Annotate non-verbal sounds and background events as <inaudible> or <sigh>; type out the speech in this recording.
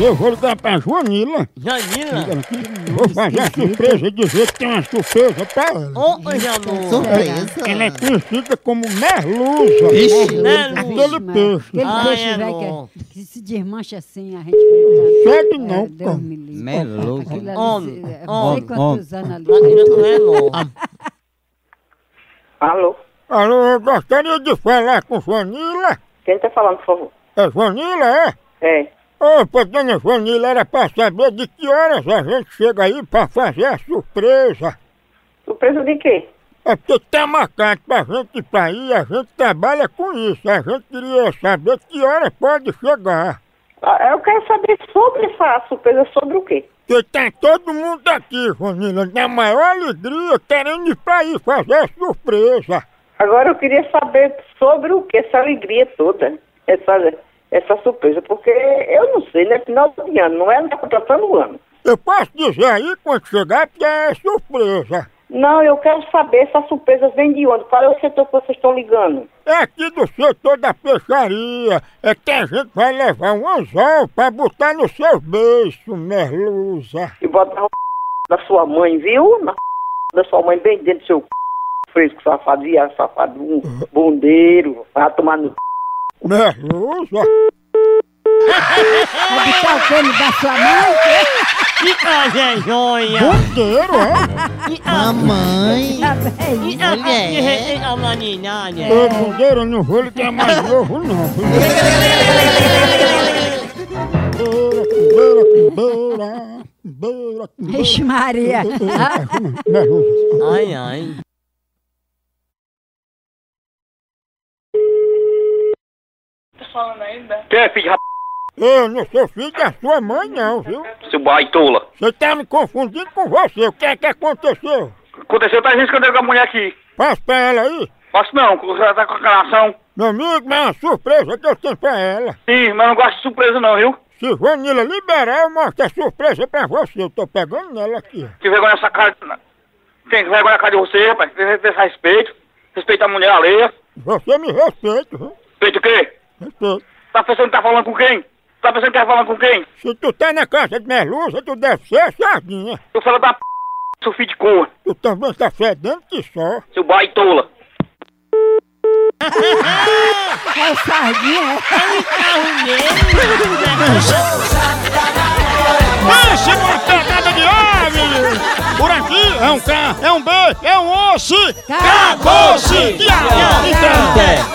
Eu vou ligar pra Joanila. Janina. Vou fazer a surpresa e dizer que tem uma surpresa pra ela. Ô, Janu. Surpresa. Ela é conhecida como merluza. Ixi. Aquele peixe. Aquele Ah, peixe. é, vai não. que, que se desmancha assim, a gente fica... Sabe não, Ah, Deus como. me livre. Meloso. Aquilo ali, Homem, se- é, homem, Não sei quantos anos ali. Aquilo não é não. Alô? Alô, eu gostaria de falar com Joanila. Quem tá falando, por favor? É Joanila, é? É. Opa, dona Joanila, era pra saber de que horas a gente chega aí pra fazer a surpresa. Surpresa de quê? É porque tá marcado pra gente ir pra aí, a gente trabalha com isso. A gente queria saber que horas pode chegar. Ah, Eu quero saber sobre essa surpresa, sobre o quê? Porque tá todo mundo aqui, Joanila, na maior alegria, querendo ir pra aí fazer a surpresa. Agora eu queria saber sobre o que essa alegria toda, essa, essa surpresa, porque eu não sei, né? Final de ano, não é? Não tá contratando o ano. Eu posso dizer aí quando chegar, porque é surpresa. Não, eu quero saber essa surpresa vem de onde? Qual é o setor que vocês estão ligando? É aqui do setor da peixaria. É que a gente vai levar um anzol pra botar no seu beiço, merluza. E bota na <laughs> da sua mãe, viu? Na <laughs> da sua mãe, bem dentro do seu <laughs> fresco, safado, viado, safado, um bondeiro, vai tomar no Merluza? Habitar o pênis da sua mãe? Que casa é joia. Bondeiro, é? Que casa Mamãe. Tá bem. que casa que Mulher. respeita a maninada. Ô, bondeiro, eu não vou ligar mais novo, não. Beira, beira, beira, é beira. Vixe é Maria. Merluza. Ai, ai. Quem é filho de rap... Eu não sou filho da sua mãe, não, viu? Seu baitola. Você tá me confundindo com você. O que é que aconteceu? Aconteceu pra gente que eu dei com a mulher aqui. Passa pra ela aí. Posso não, que ela tá com a calação. Meu amigo, mas é uma surpresa que eu tenho pra ela. Sim, mas não gosto de surpresa não, viu? Se Vanilla liberar, eu mostro a surpresa pra você. Eu tô pegando nela aqui. Que vergonha essa cara... Tem que vergonha na cara de você, rapaz. Tem que ter respeito. Respeita a mulher alheia. Você me respeita, viu? Respeita o quê? Respeito. Tá pensando que tá falando com quem? Tá pensando que tá falando com quem? Se tu tá na casa de merluza, tu deve ser sardinha. Eu falo da p... Seu filho de corno. Tu também tá fedendo que só. Seu baitola. É o sardinha. é? Pense numa pegada é de ave! Por aqui é um K, é um B, é um osso! então? Acabou-se! Acabou-se! Que a- Ai, ai.